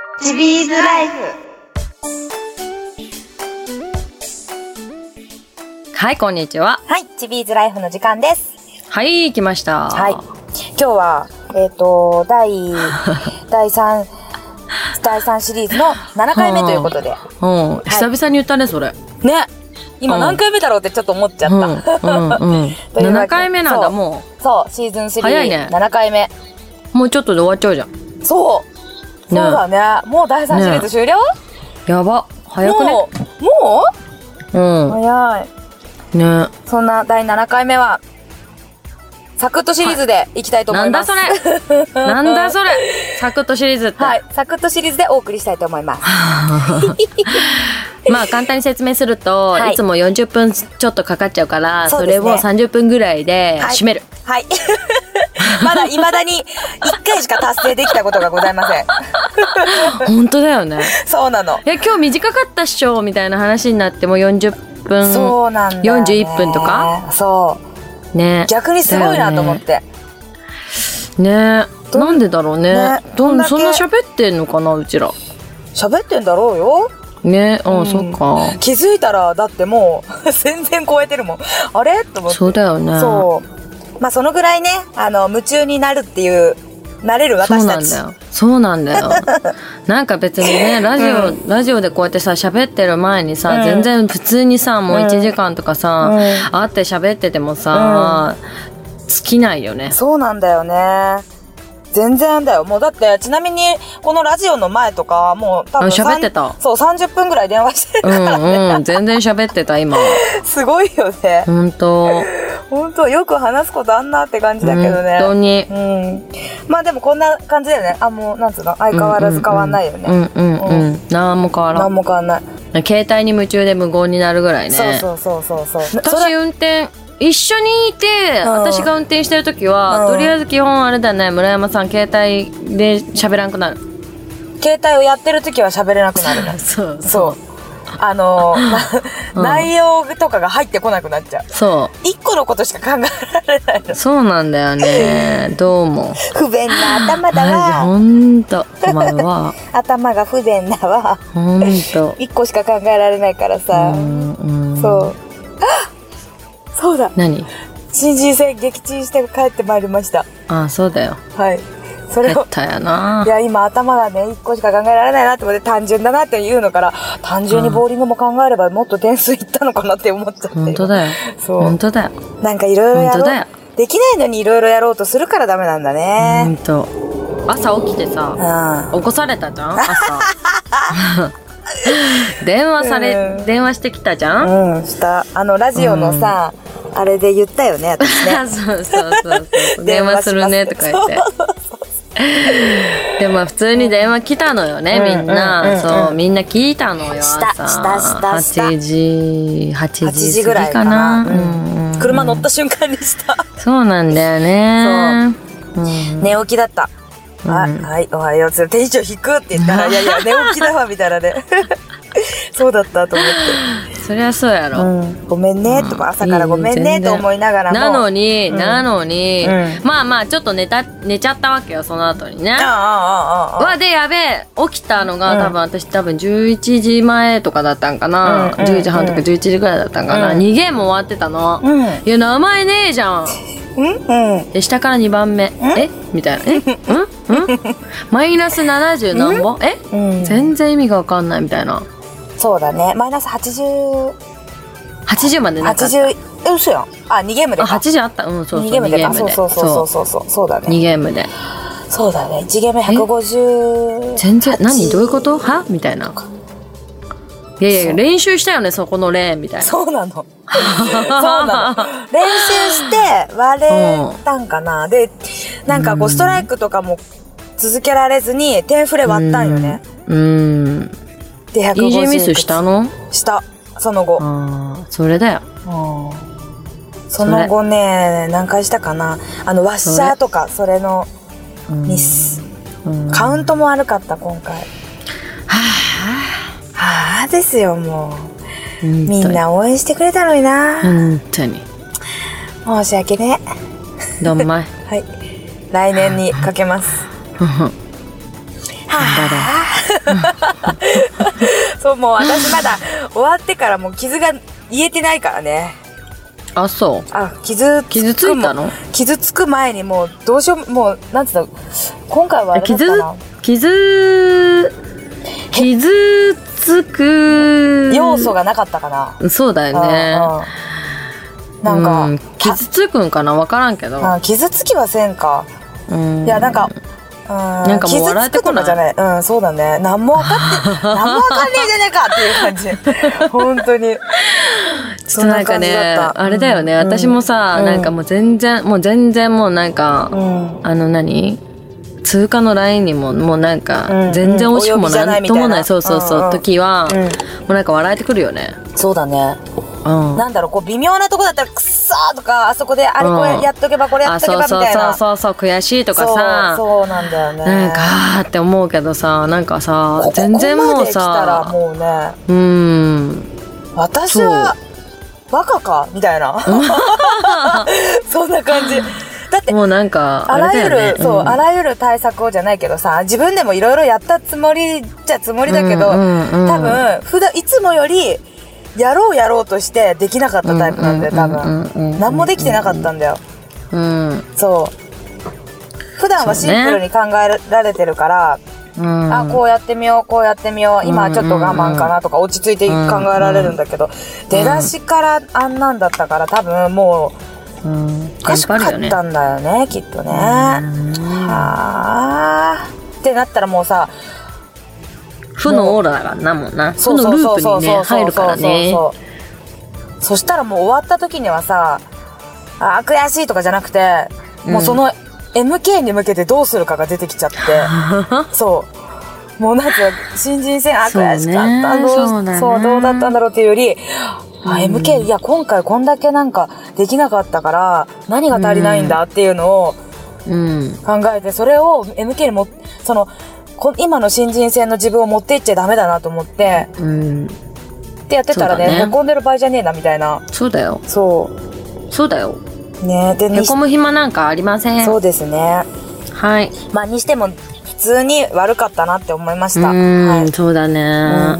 ズライフはい、こんにちは。はいチビーズライフの時間ですはい、来ました。はい今日はえっ、と第 第三第三シリーズの7回目ということでうん、久々に言ったね、それ。ね今うん何回目だろうってちょっと思っちゃうん、うった、ん、うん。 というわけで7回目なんそだ、うもそうシーズン3、早いね7回目う。もうちょっとで終わっちゃうじゃん。そうそうだねもう第三シリーズ終了、やば。早くね。もうもうう早いん。ねそんな第7回目はサクッとシリーズでいきたいと思ないんまだす、そ れなんだそれサクッとシリーズって。はい、サクッとシリーズでお送りしたいと思います。まあ簡単に説明すると、はいい、つも40分ちょっとかかっちゃうから、そそうですれねを30分ぐらいではい 締める。はい。まだ未だに1回しか達成できたことがございません。本当だよね。そうなの。いや、今日短かったっしょ、みたいな話になってもう40分。そうなんだ、ね。 41分とかそう。ね。逆にすごいなと思って。ねどんなんでだろうねねどこんんだけそんな喋ってんのかなうちら喋ってんだろうよ。ねあ、うんそっか気づいたら、だってもう 全然超えてるもん。あれと思って。そうだよねそう。まあそのぐらいね、あの、夢中になるっていう、なれるそう私なたんち。だよそうなんだよ なんか別にねラジオ、ラジオでこうやってさ喋ってる前にさ、うん全然普通にさもう1時間とかさ、う会って喋っててもさ、尽きないよねそうなんだよね。全然だよ。もうだって、ちなみに、このラジオの前とかはもう多分あさん。喋ってたそう、30分ぐらい電話してるうから、んうん全然喋ってた今すごいよね。本当ほんと、よく話すことあんなって感じだけど本当ね。にうん。まあでもこんな感じだよね。あ、もう、なんつうの相変わらず変わんないよね。うんうんうん、うん何も変わらんなんも変わんない。携帯に夢中で無言になるぐらいねそうそうそうそうそう。そ私運転一緒にいて、うん私が運転してる時は、うんとりあえず基本あれだね村山さん携帯で喋らんくなる。携帯をやってる時は喋れなくなるねそう そう。あのー うん 内容とかが入ってこなくなっちゃう。そ一個のことしか考えられないの うそうなんだよね どうも不便な頭だマジわほんとお前は 頭が不便だわほん と一個しか考えられないからさうんうんそうあそうだ何新人戦撃沈して帰ってまいりましたあそうだよはいそれやをったやないや今頭がね一個しか考えられないなって思って単純だなって言うのから単純にボーリングも考えればもっと点数いったのかなって思っちゃってほんとだよそうほんとだよなんかいろいろやほんとだろようできないのにいろいろやろうとするからダメなんだほねんと朝起きてさ、うん起こされたじゃん朝 電話され、うん電話してきたじゃうん、んしたあのラジオのさあれで言ったよね私 ね そうそうそうそう電電話話しますするねとか言ってでも普通に電話来たのよね、うんみんな、うんうんそうみんな聞いたのよした朝したしたした8時8 8時時ぐ過らぎいかかなな、うんうん車乗った瞬間にしたそうなんだよねうん寝起きだったうんあはいおはようつるテンション低くって言ったら「いやいや寝起きだわ」みたいなね そうだったと思ってそりゃそうやろ、うん「ごめんね」とか「朝からごめんね」と思いながらもなのに、うんなのに、うんまあまあちょっと寝た寝ちゃったわけよその後にねああああああわでやべえ起きたのが、うん多分私多分11時前とかだったんかな、うんうん10時半とか11時ぐらいだったんかな、うん2ゲーム終わってたの、うんうんいや名前ねえじゃんうんで下から2番目えみたいなえうんうんマイナス70何本えうん全然意味がわかんないみたいなそうだねマイナス80 80までなかった80え嘘やんあ2ゲームであか80あったうんそうそう2ゲームでかそうそうそうそそうそうそうだう2ねゲームでそうだね1ゲーム150全然何どういうことはみたいないやいやいや練習したよねそこのレーンみたい なそうなの。そうなの。練習して割れたんかな。で、なんかこうストライクとかも続けられずに点振れ割ったんよね。うんで、150 EG ミスしたのした。その後。ああそれだようんその後ね、何回したかな。あの、ワッシャーとか、それのミス。うんカウントも悪かった、今回。はあですよ、もう。みんな応援してくれたのにな。本当に申し訳ね。どんまい はい。来年にかけます。うんはあ そう、もう私まだ終わってからもう傷が癒えてないからね。あ、そう。あ、傷つくも傷ついたの傷つく前にもうどうしよう、もう、なんつうの、今回はあれだった傷な、傷、傷つく。要素がなかったかな。そうだよね。うんうんなんか、うん傷つくんかなわからんけど。あ傷つきはせんか。うんいや、なんか、うん、んかもう笑えてこな傷つくといかじゃない。うん、そうだね。何も分か って、何も分かんねえじゃねえかっていう感じ。本当に。ちょそっとなんかねんな感じだったあれだよね、うん私もさ、うんなんかもう全然もう全然もうなんか、うん。あの何通貨のラインにももうなんうかん全然惜しくもうんお呼びじゃなないんともない,、みたいなそうそうそう、うんうん時は、うんもうなんか笑えてくるよねそうだね。うんなんだろう、こう、微妙なとこだったら、くっそーとか、あそこで、あれうんこれやっとけば、これやあっとけそうば、みそうたいそな。うそうそう悔しいとかさそう、そうなんだよね。なんか、あーって思うけどさなんかさここ全然ここもまうで来たらさもうね、うん私は、バカかみたいな。 そんな感じ。だって、もうなんかああられゆだよる、ねそう、んあらゆる対策をじゃないけどさ、自分でもいろいろやったつもりじゃつもりだけど、うんうんうん多分、普段、いつもより、やろうやろうとしてできなかったタイプなんだよ、多うんうんうんうん分。何もできてなかったんだよ。うんそう。普段はシンプルに考えられてるから、うんあ、こうやってみよう、こうやってみよう、今はちょっと我慢かなとか落ち着いて考えられるんだけど、出だしからあんなんだったから多分もううんおかしかったんだよね、きっとね。はーってなったらもうさ、負のオーラがなもんな負そうのそうルそうープそうにねそうそ入うるからねそうそしたらもう終わった時にはさ、あー、悔しいとかじゃなくて、もうその MK に向けてどうするかが出てきちゃって。そう。もうなんか、新人戦、あ、そうね悔しかった。どうそうだねそう、どうだったんだろうっていうより、あ、MK、いや、今回こんだけなんかできなかったから、何が足りないんだっていうのを うん考えて、それを MK にも、その、こ今の新人戦の自分を持っていっちゃダメだなと思って、うんってやってたらそうね、だへねこんでる場合じゃねえな、みたいな。そうだよそそうだよう。ねで、へにしこむ暇なんかありませんそうですね。はいまあ、にしても、普通に悪かったなって思いましうた。はんい。そうだね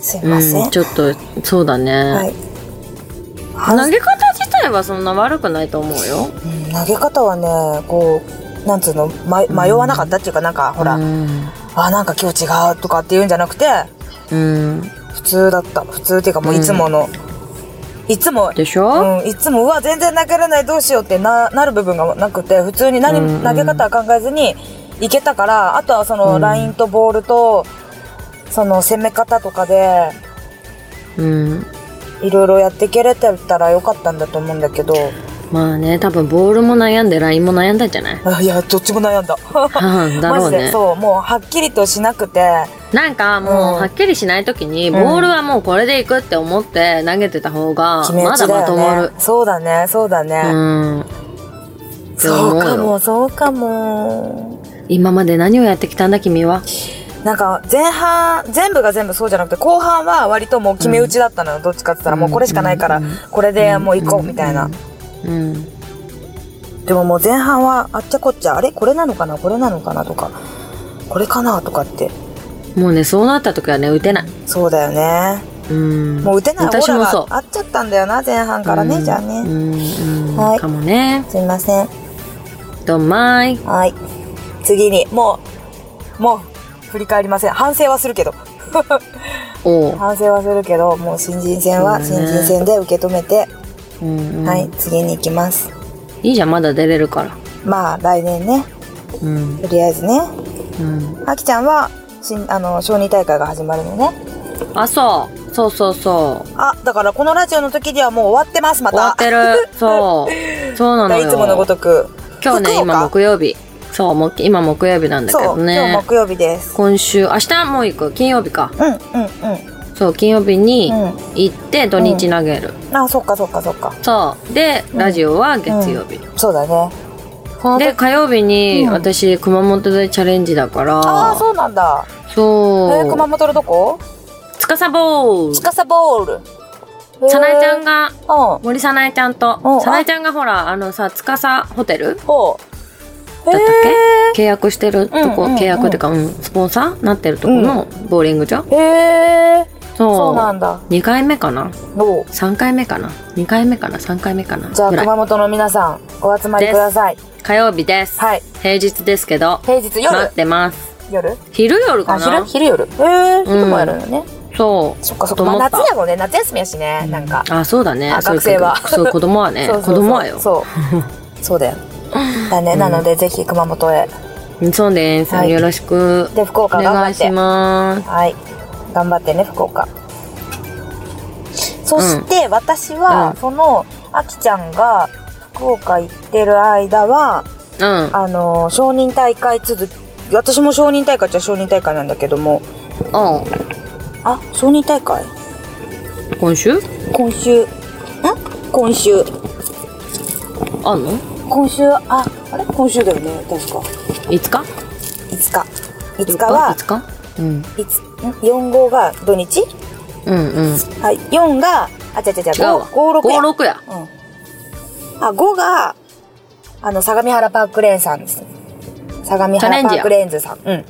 すいうません。んちょっとそうだはねい。投げ方自体はそんな悪くないと思うようん投げ方はねこうなんつうの、ま、迷わなかったっていうかなんかほら、うんあなんか今日違うとかっていうんじゃなくてうん普通だった普通っていうかもういつもの、いつもでしょうん、いつもうわ全然投げられないどうしようってななる部分がなくて普通に何、うん投げ方は考えずにいけたからあとはそのラインとボールと、その攻め方とかでうんいろいろやっていけれてたらよかったんだと思うんだけどまあね多分ボールも悩んでラインも悩んだんじゃないあいやどっちも悩ん だうんだろうマジでねそうもうはっきりとしなくてなんかもううんはっきりしない時にボールはもうこれでいくって思って投げてた方が決め打まちだだまとまよるね。そうだね、そうだうね。んそうってか思うも、よそうかも。今まで何をやってきたんだ君はなんか前半、全部が全部そうじゃなくて、後半は割ともう決め打ちだったのよ。どっちかって言ったらもうこれしかないから、これでもう行こうみたいな。うんでももう前半はあっちゃこっちゃ、あれこれなのかなこれなのかなとか、これかなとかって。もうねそうなった時はね打てないそうだよね。うんもう打てないオー私ラもそうがあっちゃったんだよな、前半からね、じゃあうね。んうんはいかもねすいません。どんまいはい。次に、もう、もう、振り返りません。反省はするけど。おう反省はするけどもう新人戦はそう新だね人戦で受け止めて、うんうんはい次に行きますいいじゃんまだ出れるからまあ来年ねうんとりあえずねうんあきちゃんは新あの小児大会が始まるのねあそうそうそうそうあだからこのラジオの時にはもう終わってますま終わたってるそうそうなまたのいよつものごとく今日ね福岡今木曜日そうもう今木曜日なんだけそどう今ね日木曜日です今週明日もう行く金曜日かうんうんうそう金曜日にうん行って土日投げる、んあそっかそっかそっかそうでラジオは月曜日、そうだねこので時火曜日にうん私熊本でチャレンジだからああそうなんだえそうー、熊本のどこつかさぼうつかさボールさなえちゃんへがーうん森さなえちゃんおとうさなえちゃんがほらあのさつかさホテルほだったっえけ、契約してるとうこ、んうんうん契約っていうか、うん、スポンサーなってるとこのボーリング場、へえそうそうなんだ2回目かなどう3回目かな2回目かな3回目かなじゃあぐらい熊本の皆さんお集まりください火曜日です、はい平日ですけど平日待夜ってます夜昼夜かあな昼昼夜へえ昼もやるのねそうそっかそっかまとあ思った夏やもんね夏休みやしねなんかあそうだねあそういう学生はそういう子供はね そうそうそう子供はよそうそうだよだねなのでぜひ熊本へそうです、はいよろしくで福お岡頑張願いってしますはい頑張ってね福岡そして私は、うんそのあきちゃんが福岡行ってる間はうんあのー承認大会続き私も承認大会っちゃ承認大会なんだけどもおうあ承認大会今週今週ん今週あんの今週ああれ今週だよね確かいつか5日5日はいつかうんいつん4号が土日うんうん違はい4があちゃちゃちゃうわ56や56やうん、あ5があの相模原パークレーンさんです相模原パークレーンズさんうんで、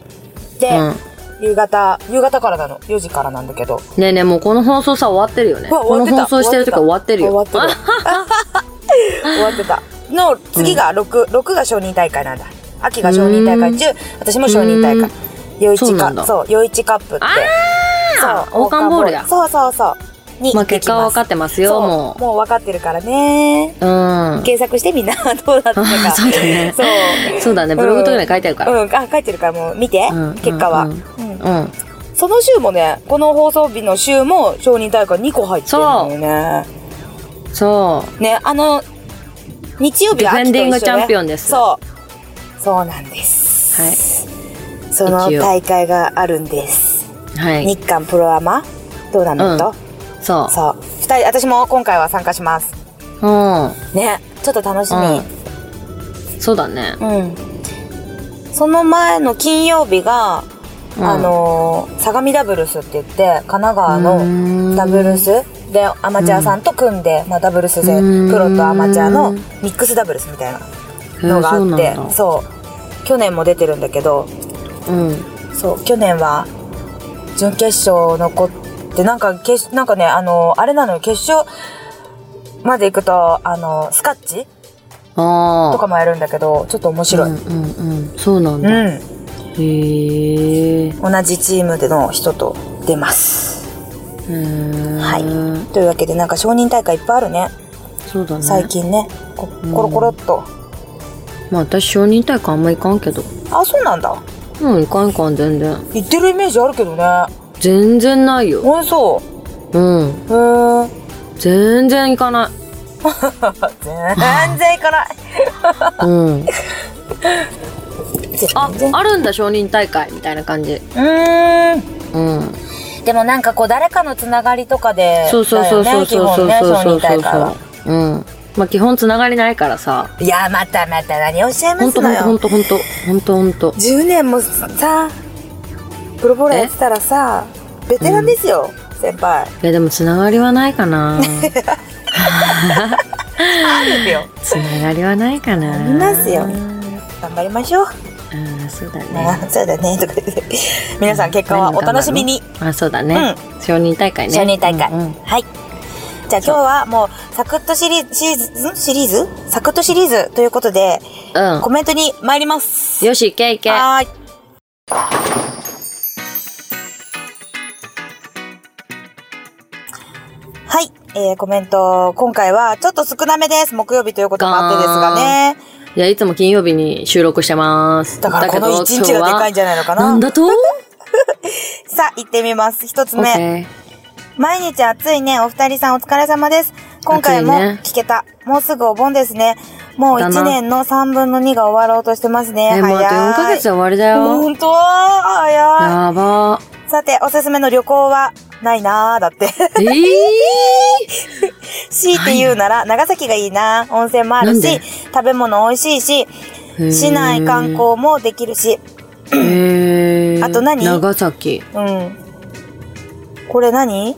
うん夕方夕方からなの4時からなんだけどねえねえもうこの放送さ終わってるよねうわこ終わのってた放送してる時は終わってるよ終わってた終わってたの次が6、6が承認大会なんだ秋が承認大会中私も承認大うー会ん余一そうなカんだそう余一カップってあそう王冠ボールやそうそうそうにま行あってき結果は分かってますよそうももう分かってるからねううん検索してみんな どうなったかあそうだねそうそうだねブログとかに書いてあるからうんあ書いてるからもう見て、うん結果は、うんうんうんその週もねこの放送日の週も承認大会2個入ってるのよねそうねあの日曜日は秋と一緒、ね、ディフェンディングチャンピオンですそうそうなんですはいその一応大会があるんですはい日韓プロアマトーナメント、そそう2人私も今回は参加しますううんねちょっと楽しみ、うん、そうだねうん、その前の金曜日が、うんあのー相模ダブルスって言って神奈川うーのんダブルスでアマチュアさんと組んで、まあ、ダブルスでうーんプロとアマチュアのミックスダブルスみたいなへえのがあそうっなんてだそう去年も出てるんだけどうんそう去年は準決勝残ってなんか決なんかねあのーあれなのよ決勝まで行くとあのースカッチああとかもやるんだけどちょっと面白い。うんうんうんそうなんだ、うんへえ同じチームでの人と出ますはというわけでなんか承認大会いっぱいあるねそうだね最近ねこコロコロっとまあ私承認大会あんま行かんけどあそうなんだうん行かん行かん全然言ってるイメージあるけどね全然ないよおいしそうんうへえ全然行かない 全然いかないうんあ全然あるんだ承認大会みたいな感じうーうんんでもなんかこう誰かのつながりとかでそうそうそうだそようね基そうそ本うねそう承そ認うそ大う会はそううんまあ基本つながりないからさいやまたまた何をおっしゃいまほんすとのほんよとほんとほんとほんとほんと10年もさプロボーラーやってたらさベテランですよ、先輩いやでもつながりはない かなあるよつながりはないかなありますよう頑張りましょう。んそうだねね、そうだね、とか言って。皆さん結果はお楽しみに。あそうだね、承認大会ね承認大会。うんうんはい。じゃあ今日はもう、サクッとシリシリーズ、んシリーズサクッとシリーズということで、うんコメントに参ります。よしいけいけはーい。はい。えー、コメント、今回はちょっと少なめです。木曜日ということもあってですがね。いやいつも金曜日に収録してますだからこのだけど1日がでかいんじゃないのかな今日はなん だとさあ、行ってみます。一つオッ目。ケ毎日暑いね。お二人さんお疲れ様です。今回も暑いね聞けた。もうすぐお盆ですね。もうだな1年の3分の2が終わろうとしてますね。ーねもうあと4ヶ早い。月で終わりだよ本当早い。や ばさて、おすすめの旅行はないなーだって。えー、強いて言うなら、長崎がいいな温泉もあるなんしで、食べ物美味しいし、へー市内観光もできるし。へ ーあと何長崎うん。これ何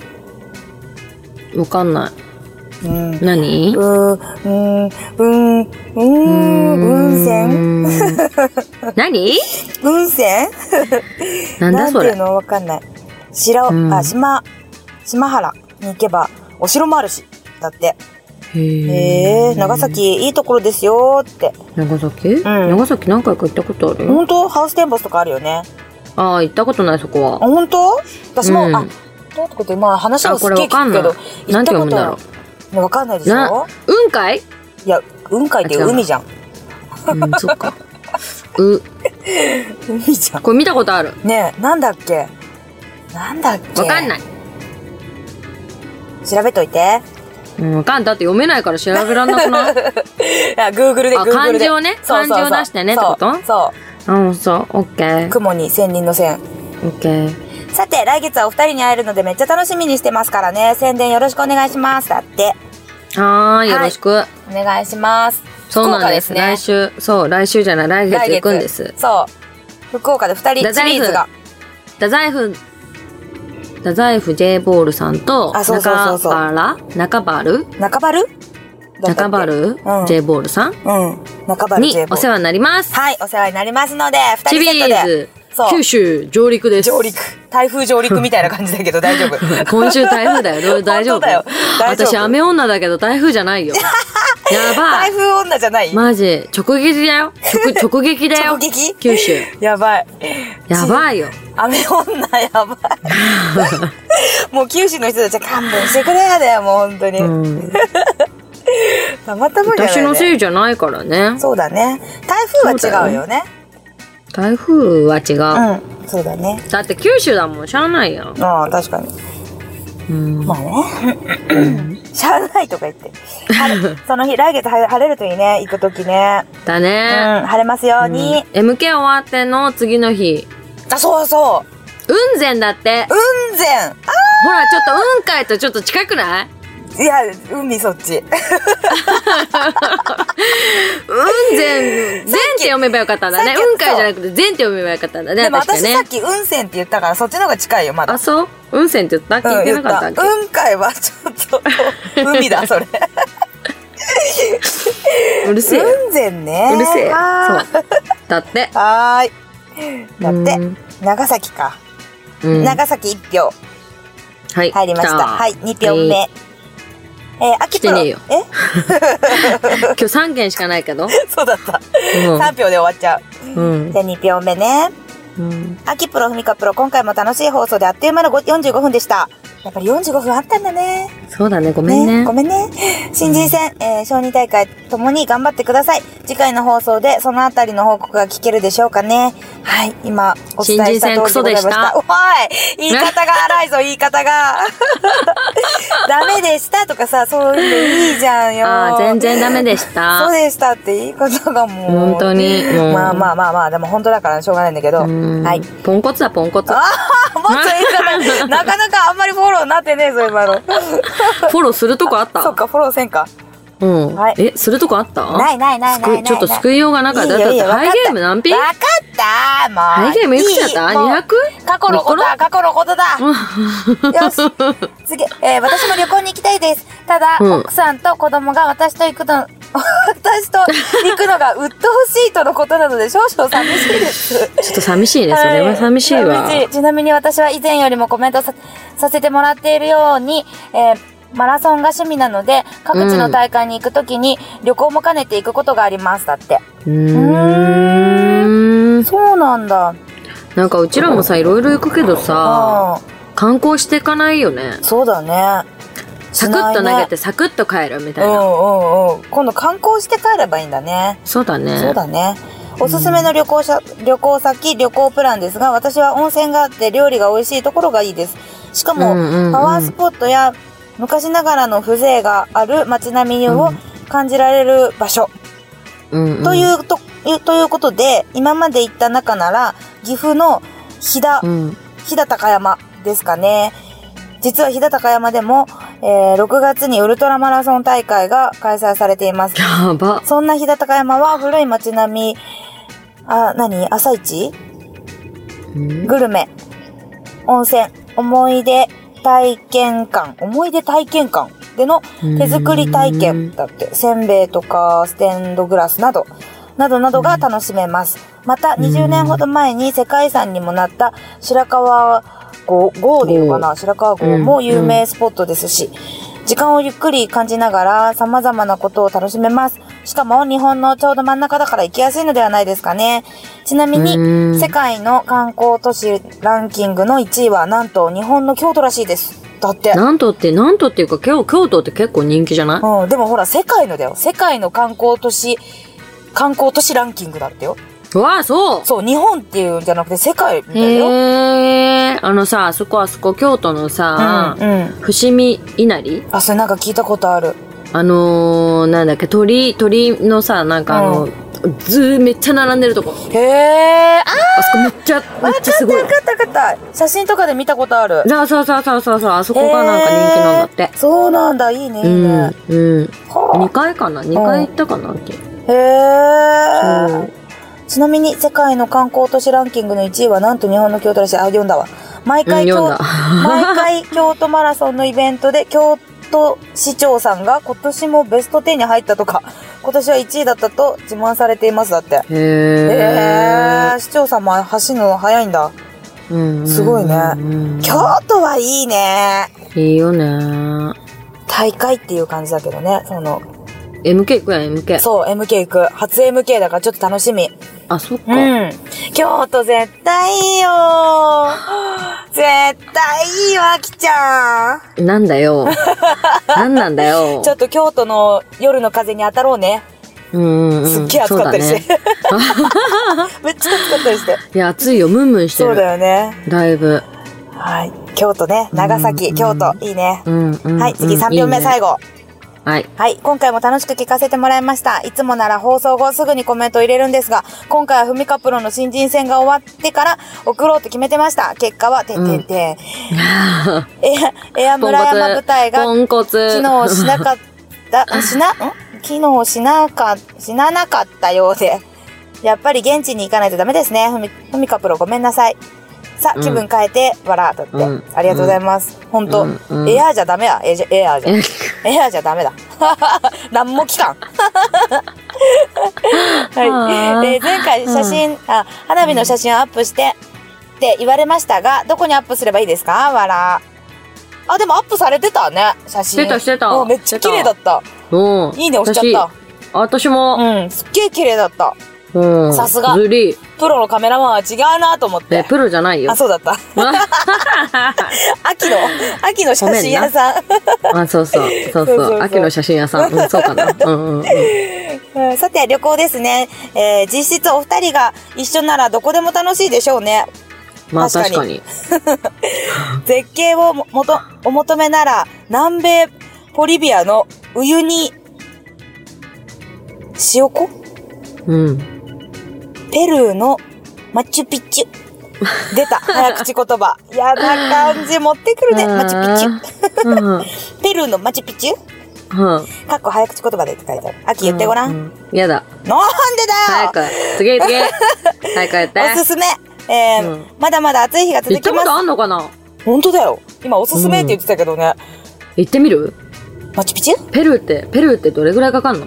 わかんないうん。何うーん、うーん、うーん、うーん、ううん、温泉ーん 何雲仙なんだそていうれ。のわかんない。白、うんあ、島、島原に行けば、お城もあるし、だって。へえ、長。崎いいところですよーって。長崎、長長崎何回か行ったことある本当ハウステンボスとかあるよね。ああ、行ったことないそこあ、は。本当私も、うんあ、どうってこと今話あ、はすこっれげえわか聞んくなけど、。いなんて読むんだろ行ねわかんないでう。しなょ、うんかいいや、雲海ってあ違うな海じゃん。うん、そっか。う、海じゃん。これ見たことある。ねえ、なんだっけなんだっけ。わかんないい。調べといて。うん、わかんだって読めないから調べらんなくない あ、Google で、あ Google で。漢字をねそうそうそう漢字を出してねってことそうそう。うん、そう。オッケー。雲に千人の線。オッケー。さて、来月はお二人に会えるのでめっちゃ楽しみにしてますからね。宣伝よろしくお願いします。だって。はーい、よろしく。お願いします。そう福なん岡でですすね。来週、そう、来週じゃない、来月行くんです。そう。福岡で二人太シ宰リ府ーズが。太宰府、太宰府 J ボールさんと、あそうそうそうそう中原中バル中バル中バルうん ?J ボールさんうん。中バルに J ボお世話になります。はい、お世話になりますので、二チ人ビセットーでズ。、そ九う。州上陸です。上陸。台風上陸みたいな感じだけど大丈夫。今週台風だよ。大丈 本夫当だよ大丈夫私、雨女だけど台風じゃな いよ。やば台い。風女じゃないマジ、直撃だよ。 直直撃だよ直。撃九州。やばい。やばいよ。雨女やばい。もう九州の人たちは勘弁してくれやだよ、 もう本当に。うん。たまたまじゃない、ね。私のせいじゃないからね。そうだね。台風は違うよね。台風は違う。うん。そうだね。だって九州だもん、しゃあないやん。ああ、確かに。うん。まあね。 しゃあないとか言って。晴れその日、来月は晴れるといいね。行くときね。だうん、ね。晴れますように。 MK 終わっての次の日。あ、そうそう。雲仙だって。雲仙。ほら、ちょっと雲海とちょっと近くないあいや、海そっち。雲仙、善って読めばよかったんださっね。き雲海じゃなくて善って読めばよかったんだね。でも確か私にさねっ。き雲仙って言ったから、そっちの方が近いよ、まだあ、。そう雲仙って言った聞いて言なっ。かったたっけ雲海はちょっと、海 だ、それ。うるせえよ。雲仙ね。うるせえよ。はそう。だってー。はーい。だうっんて、長崎か。うん長崎一票。はい。入りました。来はい、2票目。はいえー、秋プロ。来てねえよえ 今日3件しかないけど。そうだった。うん3票で終わっちゃう。うんじ。ゃあ2票目ね。うん秋プロ、ふみかプロ、今回も楽しい放送であっという間のご45分でした。やっぱり45分あったんだね。そうだね、ごめんねご。めんね。新人戦、えー、小児大会ともに頑張ってください。次回の放送でそのあたりの報告が聞けるでしょうかね。はい、今、お伝えした通りでございました。新人戦おい言い方が荒い ぞ、言い方が。 ダメでしたとかさ、そういうのいいじゃんよ。ああ、全然ダメでしそうた。でしたって言い方がもう。本当にもうまあまあまあまあ、でも本当だからしょうがないんだけど。うんはい。ポンコツだ、ポンコツ。あもっと言 い方、なかなかあんまりフォローなってねえぞ、今の。フォローするとこあっそったか、フォローせんか。うんはい。え、するとこあったないないないない救ないいちょっと救いようがなかった。だよっいいて、よハイゲーム何品わかったもう。ハイゲームいくつやったいいもう ?200? 過去のことだ、過去のことだ。よし。次、えー私も旅行に行きたいです。ただ、うん奥さんと子供が私と行くの、 私と行くのが鬱陶しいとのことなので、少々寂しいです。ちょっと寂しいね。それは寂しいわ。寂しいちなみに私は以前よりもコメントささせてもらっているように、えーマラソンが趣味なので、各地の大会に行くときに旅行も兼ねて行くことがあります。だって。うーん。そうなんだ。なんかうちらもさ、いろいろ行くけどさ、ああ、観光していかないよね。そうだね。サクッと投げてしサクッと帰るみなたいいね。うんうな。んうん。今度観光して帰ればいいんだね。そうだね。そうだね。おすすめの旅行者、旅行先、旅行プランですが、私は温泉があって料理が美味しいところがいいです。しかも、うんうんうんパワースポットや昔ながらの風情がある街並みを感じられる場所。うんうんというと、ということで、今まで行った中なら、岐阜の飛騨、うん。飛騨高山ですかね。実は飛騨高山でも、えー6月にウルトラマラソン大会が開催されています。やば。そんな飛騨高山は古い街並み、あ、何朝市うんグルメ、温泉、思い出体験館、思い出体験館での手作り体う験んだって、せんべいとかステンドグラスなど、などなどが楽しめます。また、20年ほど前に世界遺産にもなった白川郷、郷でいうかな、白川郷も有名スポットですし、時間をゆっくり感じながら様々なことを楽しめます。しかも日本のちょうど真ん中だから行きやすいのではないですかね。ちなみうんに、世界の観光都市ランキングの1位はなんと日本の京都らしいです。だって。なんとって、なんとっていうか、京京都って結構人気じゃないうん、でもほら、世界のだよ。世界の観光都市、観光都市ランキングだってよ。うわあ、そうそう、日本っていうんじゃなくて世界みたいだよ。へえ。あのさ、あそこあそこ、京都のさ、うん、うん。伏見稲荷あ、それなんか聞いたことある。あのー、なんだっけ、鳥、鳥のさ、なんかあの、うずーめっちゃ並んでるとこ。へえ。ああそこめっちゃ、めっちゃすごいわ。かったわかったわかった。写真とかで見たことある。そうそうそうそうそうそう、あそこがなんか人気なんだってへー。そうなんだ、いいね、いいね。うん、うん。は2階かな ?2 階行ったかなって。あへそえう。ちなみに世界の観光都市ランキングの1位はなんと日本の京都らしい。あ、読んだわ。毎回京,、うん読んだ毎 回京都マラソンのイベントで京都市長さんが今年もベスト10に入ったとか、 今年は1位だったと自慢されていますだって。へへえ。え、市長さんも走るの早いんだ。うんうんすごいねうん京都はいいね。いいよね。大会っていう感じだけどね。その、 MK 行くやん、MK。そう、MK 行く。初 MK だからちょっと楽しみ。あ、そっうか。ん。京都絶対いいよ絶対いいよ、あきちゃんなん だよ。なんなんだよ。ちょっと京都の夜の風に当たろうね。うんうんうんすっげえ暑かったりしそうだて。 めっちゃ暑かったりして。ね、いや、暑いよ。ムンムンしてそうる。だよね。だいぶ。はい。京都ね。長崎、うん京都。いいねう。んうん。はい、次3秒目最後。後。はい。はい、今回も楽しく聞かせてもらいました。いつもなら放送後すぐにコメントを入れるんですが、今回はふみかプロの新人戦が終わってから送ろうと決めてました。結果は、てんてんてん。 エア、エアポン村コツ。山部隊がポンコツ。機能しなかった、しな、ん機能しなか、しななかったようで。やっぱり現地に行かないとダメですね。ふみ、ふみかプロごめんなさい。さうあ、ん気分変えて、わら、だって、うんありがとうございます。ほんと、うんうんエアーじゃダメや。エアじゃエアーじゃ。 エアーじゃダメだ。 何も期 間。はい。で、前回写真、あ、花火の写真をアップして、って言われましたが、どこにアップすればいいですかわら。あ、でもアップされてたね、写真。してたしてたうんめっちゃ綺麗だった。うん。いいね押しちゃっ私。私も。た。うん、すっげえ綺麗だった。うん。さすがずり。プロのカメラマンは違うなと思っえ、て。プロじゃないよあ、。そうだった。 秋の、秋の写真屋さん。 あ、そうそう。そうそうそうそ。そうう秋の写真屋さん。うん、そ うかな。うんうんうん。うんさて、旅行ですね。えー実質お二人が一緒ならどこでも楽しいでしょうね。まあ確確かかに。絶景をももとお求めなら南米ボリビアのウユニ塩湖うん。ペルーのマチュピチュ 出た早口言葉やな感じ持ってくるねマチュピチュうん。うん。ペルーのマチュピチュかっこ早口言葉でって書いてある秋言ってごらん、う。うやだ。なんで早だく。次次。早くやって。よおすすめえーうんまだまだ暑い日が続行ったきこますとあんのかな本当だよ今おすすめって言ってたけどね、行ってみるマチュピチュペルーって、ペルーってどれぐらいかかんの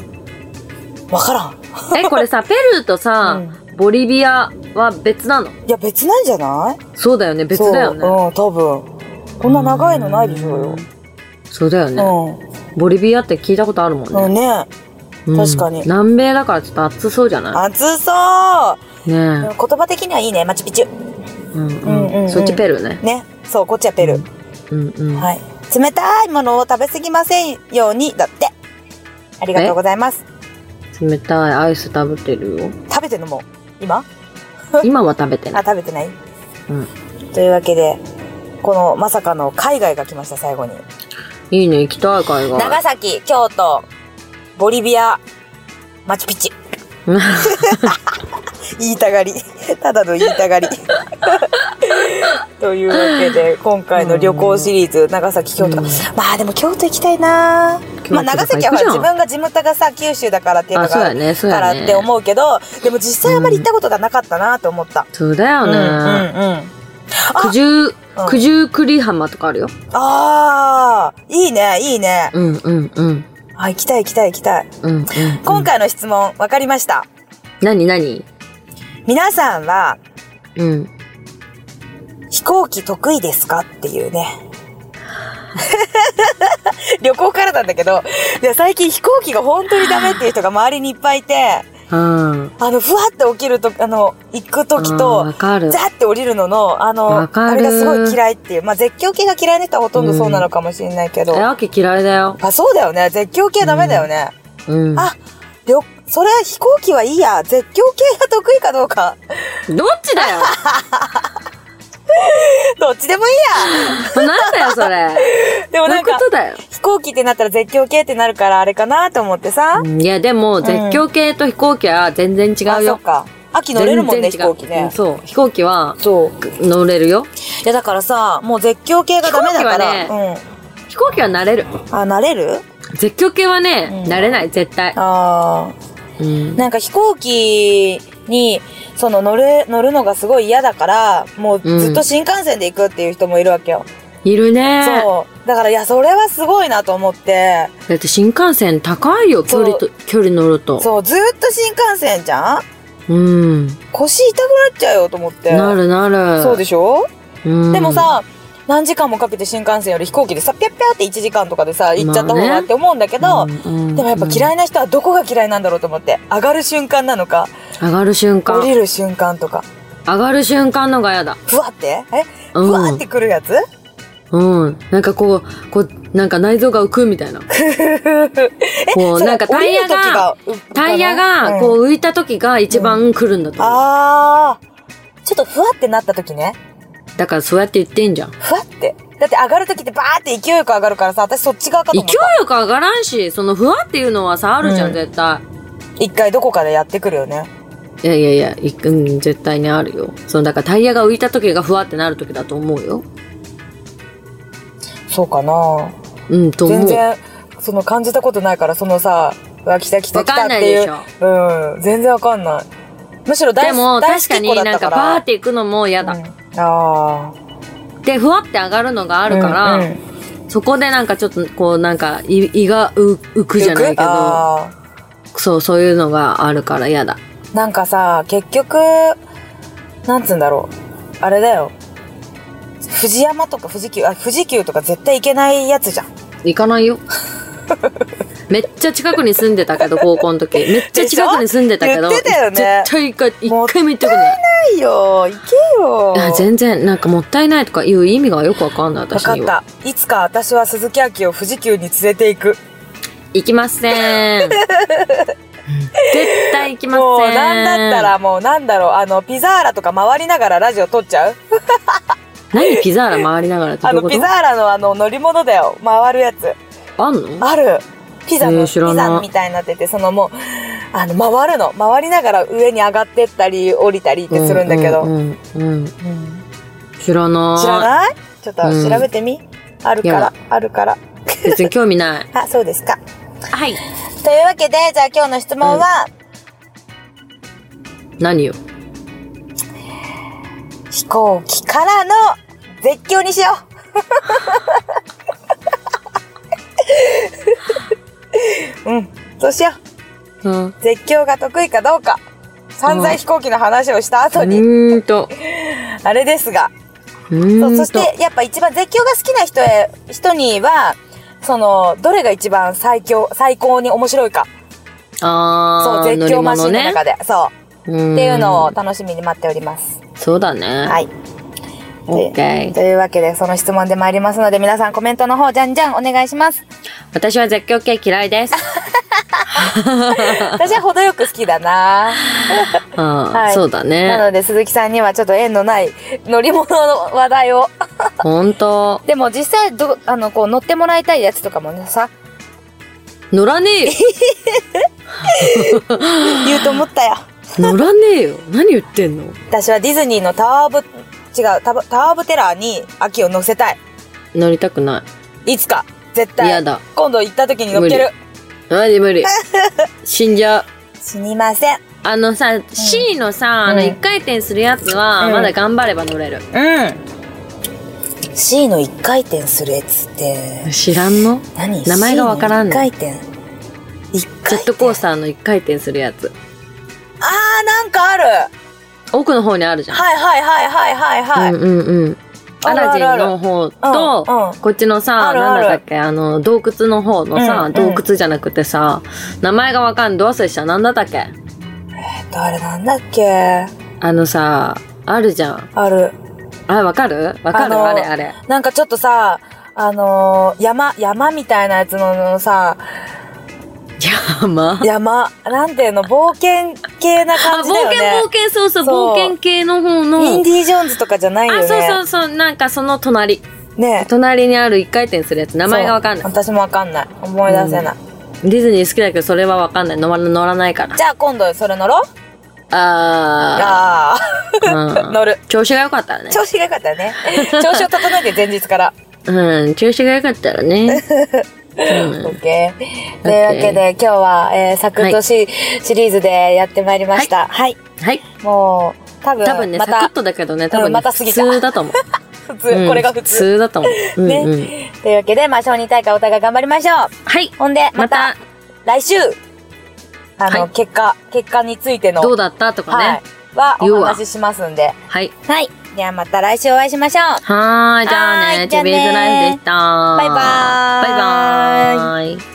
わからんえ、こ れさ、ペルーとさ、ボリビアは別なのいや別なんじゃないそうだよね、別だよそうね。、うん、多分。こんな長いのないでしょうよ。そうだようね。ん。ボリビアって聞いたことあるもんうね。ん、ねうん確かに南米だからちょっと暑そうじゃな暑そうい言ねえ。葉的にはいいね、マチュピチュ。うんうんうんう。うんんそっちペルーね。ね。そう、こっちはペルー。うんうん。はい。冷たいものを食べ過ぎませんように、だって。ありがとうございます。冷たいアイス食べてるよ。食べてんのもう今今は食べてあ、ない。食べてないうん。というわけで、このまさかの海外が来ました、最後に。いいね、行きたい海外。 長崎、京都、ボリビア、マチュピチュ。言いたがり。 ただの言いたがり。 というわけで、今回の旅行シリーズ、長崎、京都。うんまあでも京都行きたいな京都まあ長崎はほら行くじ自ゃん分が地元がさ、九州だからっていうのあ、そうが、やね、そうかやらね。って思うけど、でも実際あまり行ったことがなかったなと思った。そうだようん、うん、うんね。。あ九十うん、九十九里浜とかあるよ。ああ、いいね、いいね。うんうんうん。あ、行きたい、行きたい、行きたい。うんうん。今回の質問、わかりました。何何皆さんはうん。飛行機得意ですかっていうね。 旅行からなんだけど、いや最近飛行機が本当にダメっていう人が周りにいっぱいいて、うん。あの、ふわって起きると、あの、行くときうんわと、かる。ザって降りるのの、あわの、かるあれがすごい嫌いっていう。まあ、絶叫系が嫌いな人はほとんどそうなのかもしれないけど。え、わけ嫌いだよ。あ、そうだよね。絶叫系はダメだよね。うん。あ、りょ、それは飛行機はいいや。絶叫系が得意かどうか。 どっちだよ どっちでもいいなんだよ、それ。や。 でもどういなうんこか、とだよ。飛行機ってなったら絶叫系ってなるからあれかなと思ってさ。うんいや、でも、絶叫系と飛行機は全然あ違うそっよ。か。秋乗れるもんね、全飛然違行う機うんね。そう。飛行機はそう。乗れるよ。いや、だからさ、もう絶叫系がダメだから。飛行機飛行機は慣れる。うん。あ、慣れる絶叫系はね、うん慣れない、絶対。ああ。うん。なんか飛行機に、その乗る、乗るのがすごい嫌だから、もうずっと新幹線で行くっていう人もいるわけよ。いるね。そう。だから、いや、それはすごいなと思って、だって新幹線高いよ、距離と、距離乗ると。そう、ずーっと新幹線じゃんうん。腰痛くなっちゃうよと思って。なるなる。そうでしょ、うんでも、さ、何時間もかけて新幹線より飛行機でさ、ぴゃっぴゃって1時間とかでさ、行っちゃった方まあねがって思うんだけど、でもやっぱ嫌い。いな人はどこが嫌いなんだろうと思って、上がる瞬間なのか、上がる瞬降間。りる瞬間とか、上がる瞬間のが嫌だ。ふわってえうんふわってくるやつ、うん。なんかこう、こう、なんか内臓が浮くみたいな。こう、なんかタイヤが、降りる時がタイヤが、こうん、う浮いた時が一番来るんだと思う。あー、ちょっとふわってなった時ね。だからそうやって言ってんじゃん。ふわって。だって上がる時ってバーって勢いよく上がるからさ、私そっち側かと勢い思った。よく上がらんし、そのふわっていうのはさ、あるじゃ、うんん絶対。一回どこかでやってくるよね。いやいやいや、いうん、絶対にあるよ。その、だからタイヤが浮いた時がふわってなる時だと思うよ。そうかなうん、と思全う。然、その感じたことないから、そのさ、うわ、来た来た来たっていう。わかんないうん、全然わかんない。むしろ大でも、大確好かきに子だっなんたかかバーっら。て行くのも嫌だ。うん、あで、ふわって上がるのがああるから、うんうんそこでなんかちょっと、こうなんか、い胃がう浮くじゃないけど、あーそう、そういうのがあるから嫌だ。なんかさ、結局、なんつうんだろう。あれだよ。富士山とか富士急、あ、富士急とか絶対行けないやつじゃん。行 かないよ。めっちゃ近くに住んでたけど、高校の時。めっちゃ近くに住んでたけど、でしょ言ってたよね絶対一回、一もっ回も行ったことない。ないよ、行けよ。いや全然、なんかもったいないとかいう意味がよくわかんない、わ私かっには。た。いつか私は鈴木亜希を富士急に連れて行く。行きません。 うん絶対行きません。もう、なんだったら、もう、なんだろう、あの、ピザーラとか回りながらラジオ撮っちゃう何ピザーラ回りながらってどあういうの、こピとザーラのあの、乗り物だよ。回るやつ。あんのある。ピザの、えー知らないピザみたいになってて、そのもう、あの、回るの。回りながら上に上がってったり、降りたりってするんだけど。うんうんうんうん知らない。知らないちょっとうん調べてみ。あるかいやら、あるから。別に興味ない。あ、そうですか。はい。というわけで、じゃあ今日の質問は、何よ。飛行機からの絶叫にしよ う。うん、そうしよう。うん。う絶叫が得意かどうか。散々飛行機の話をした後に、ーんと。あれですが。うそーうんそと。して、やっぱ一番絶叫が好きな人へ、人には、その、どれが一番最強、最高に面白いか。そあう、絶ー、乗り叫マシ物ンのね。中で。そう。っっていうのを。楽しみに待っております。そうだね。。はいい。オッケーと。いうわけで、その質問で参りますので、皆さんコメントの方、じゃんじゃんお願いします。 私は絶叫系嫌いです。私は程よく好きだなあはあ、いそうだなね。ので、鈴木さんにはちょっと縁のない乗り物の話題を。ほんと。でも実際、ど、あの、こう乗ってもらいたいやつとかもね、さ、乗らね えよ。言うと思ったよ。乗らねえよ。何言ってんの私はディズニーのタワーオブ、違う、タワタワーオブテラーに秋を乗せたい。乗りたくない。いつか、絶対。やだ今度行った時に乗っける。マジ 無理。死んじゃう。死にません。ああのさ、C のさ、あのうん一回転するやつは、うんまだ頑張れば乗れる。うん。C の一回転するやつって、知らんの何名前がわからん C のの一回転。一回転。ジェットコースターの一回転するやつ。あー、奥の方にあるじゃん。はいはいはいはいはいはい。うんうんうん。あアるラあジるあンるの方うんうんと、こっちのさ、あるあなるんだったっけ、あの、洞窟の方のうんうさん、洞窟じゃなくてさ、名前がわかん、ど忘れした、なんだったっけ誰なんだっけあのさ、あるじゃん。ある。あれわかるわかあるのあれあれ。なんかちょっとさ、あのー山、山みたいなやつののさ、山山、なんていうの、冒険系なあ、感冒じだよ険ね冒。険、そうそう、そう冒険系の方の。インディ・ージョーンズとかじゃないよね。あ、そうそうそう、なんかその隣。ね隣にある一回転するやつ、名名前がわかんない。私もわかんない。思い出せない。ディズニー好きだけど、それはわかんない。乗ら乗らないから。じゃあ今度それ乗ろうああー。あ、う ん乗る。調子が良かったらね。調子が良かったよね。 調子を整えて前日から。うん、調子が良かったら ね。オッケー。というわけで今日は、えーサクッとシ,、シリーズでやってまいりました。はい。はい。もう、多分、多分ね、まサクたッとだけどね、多分うんね、また過普ぎた通だ と思う。普通、うんこれが普通。だと思う。うんうんね。というわけで、まあ、小児大会お互い頑張りましょう。はい。ほんで、ままたた、来週、あの、はい結果、結果についての、どうだったとかはいね。、は言うおわ話ししますんで。はい。はい。ではまた来週お会いしましょう。はーい、じゃあはーいね、じゃあね TBS ライフでした。バイバーイバイバーイ。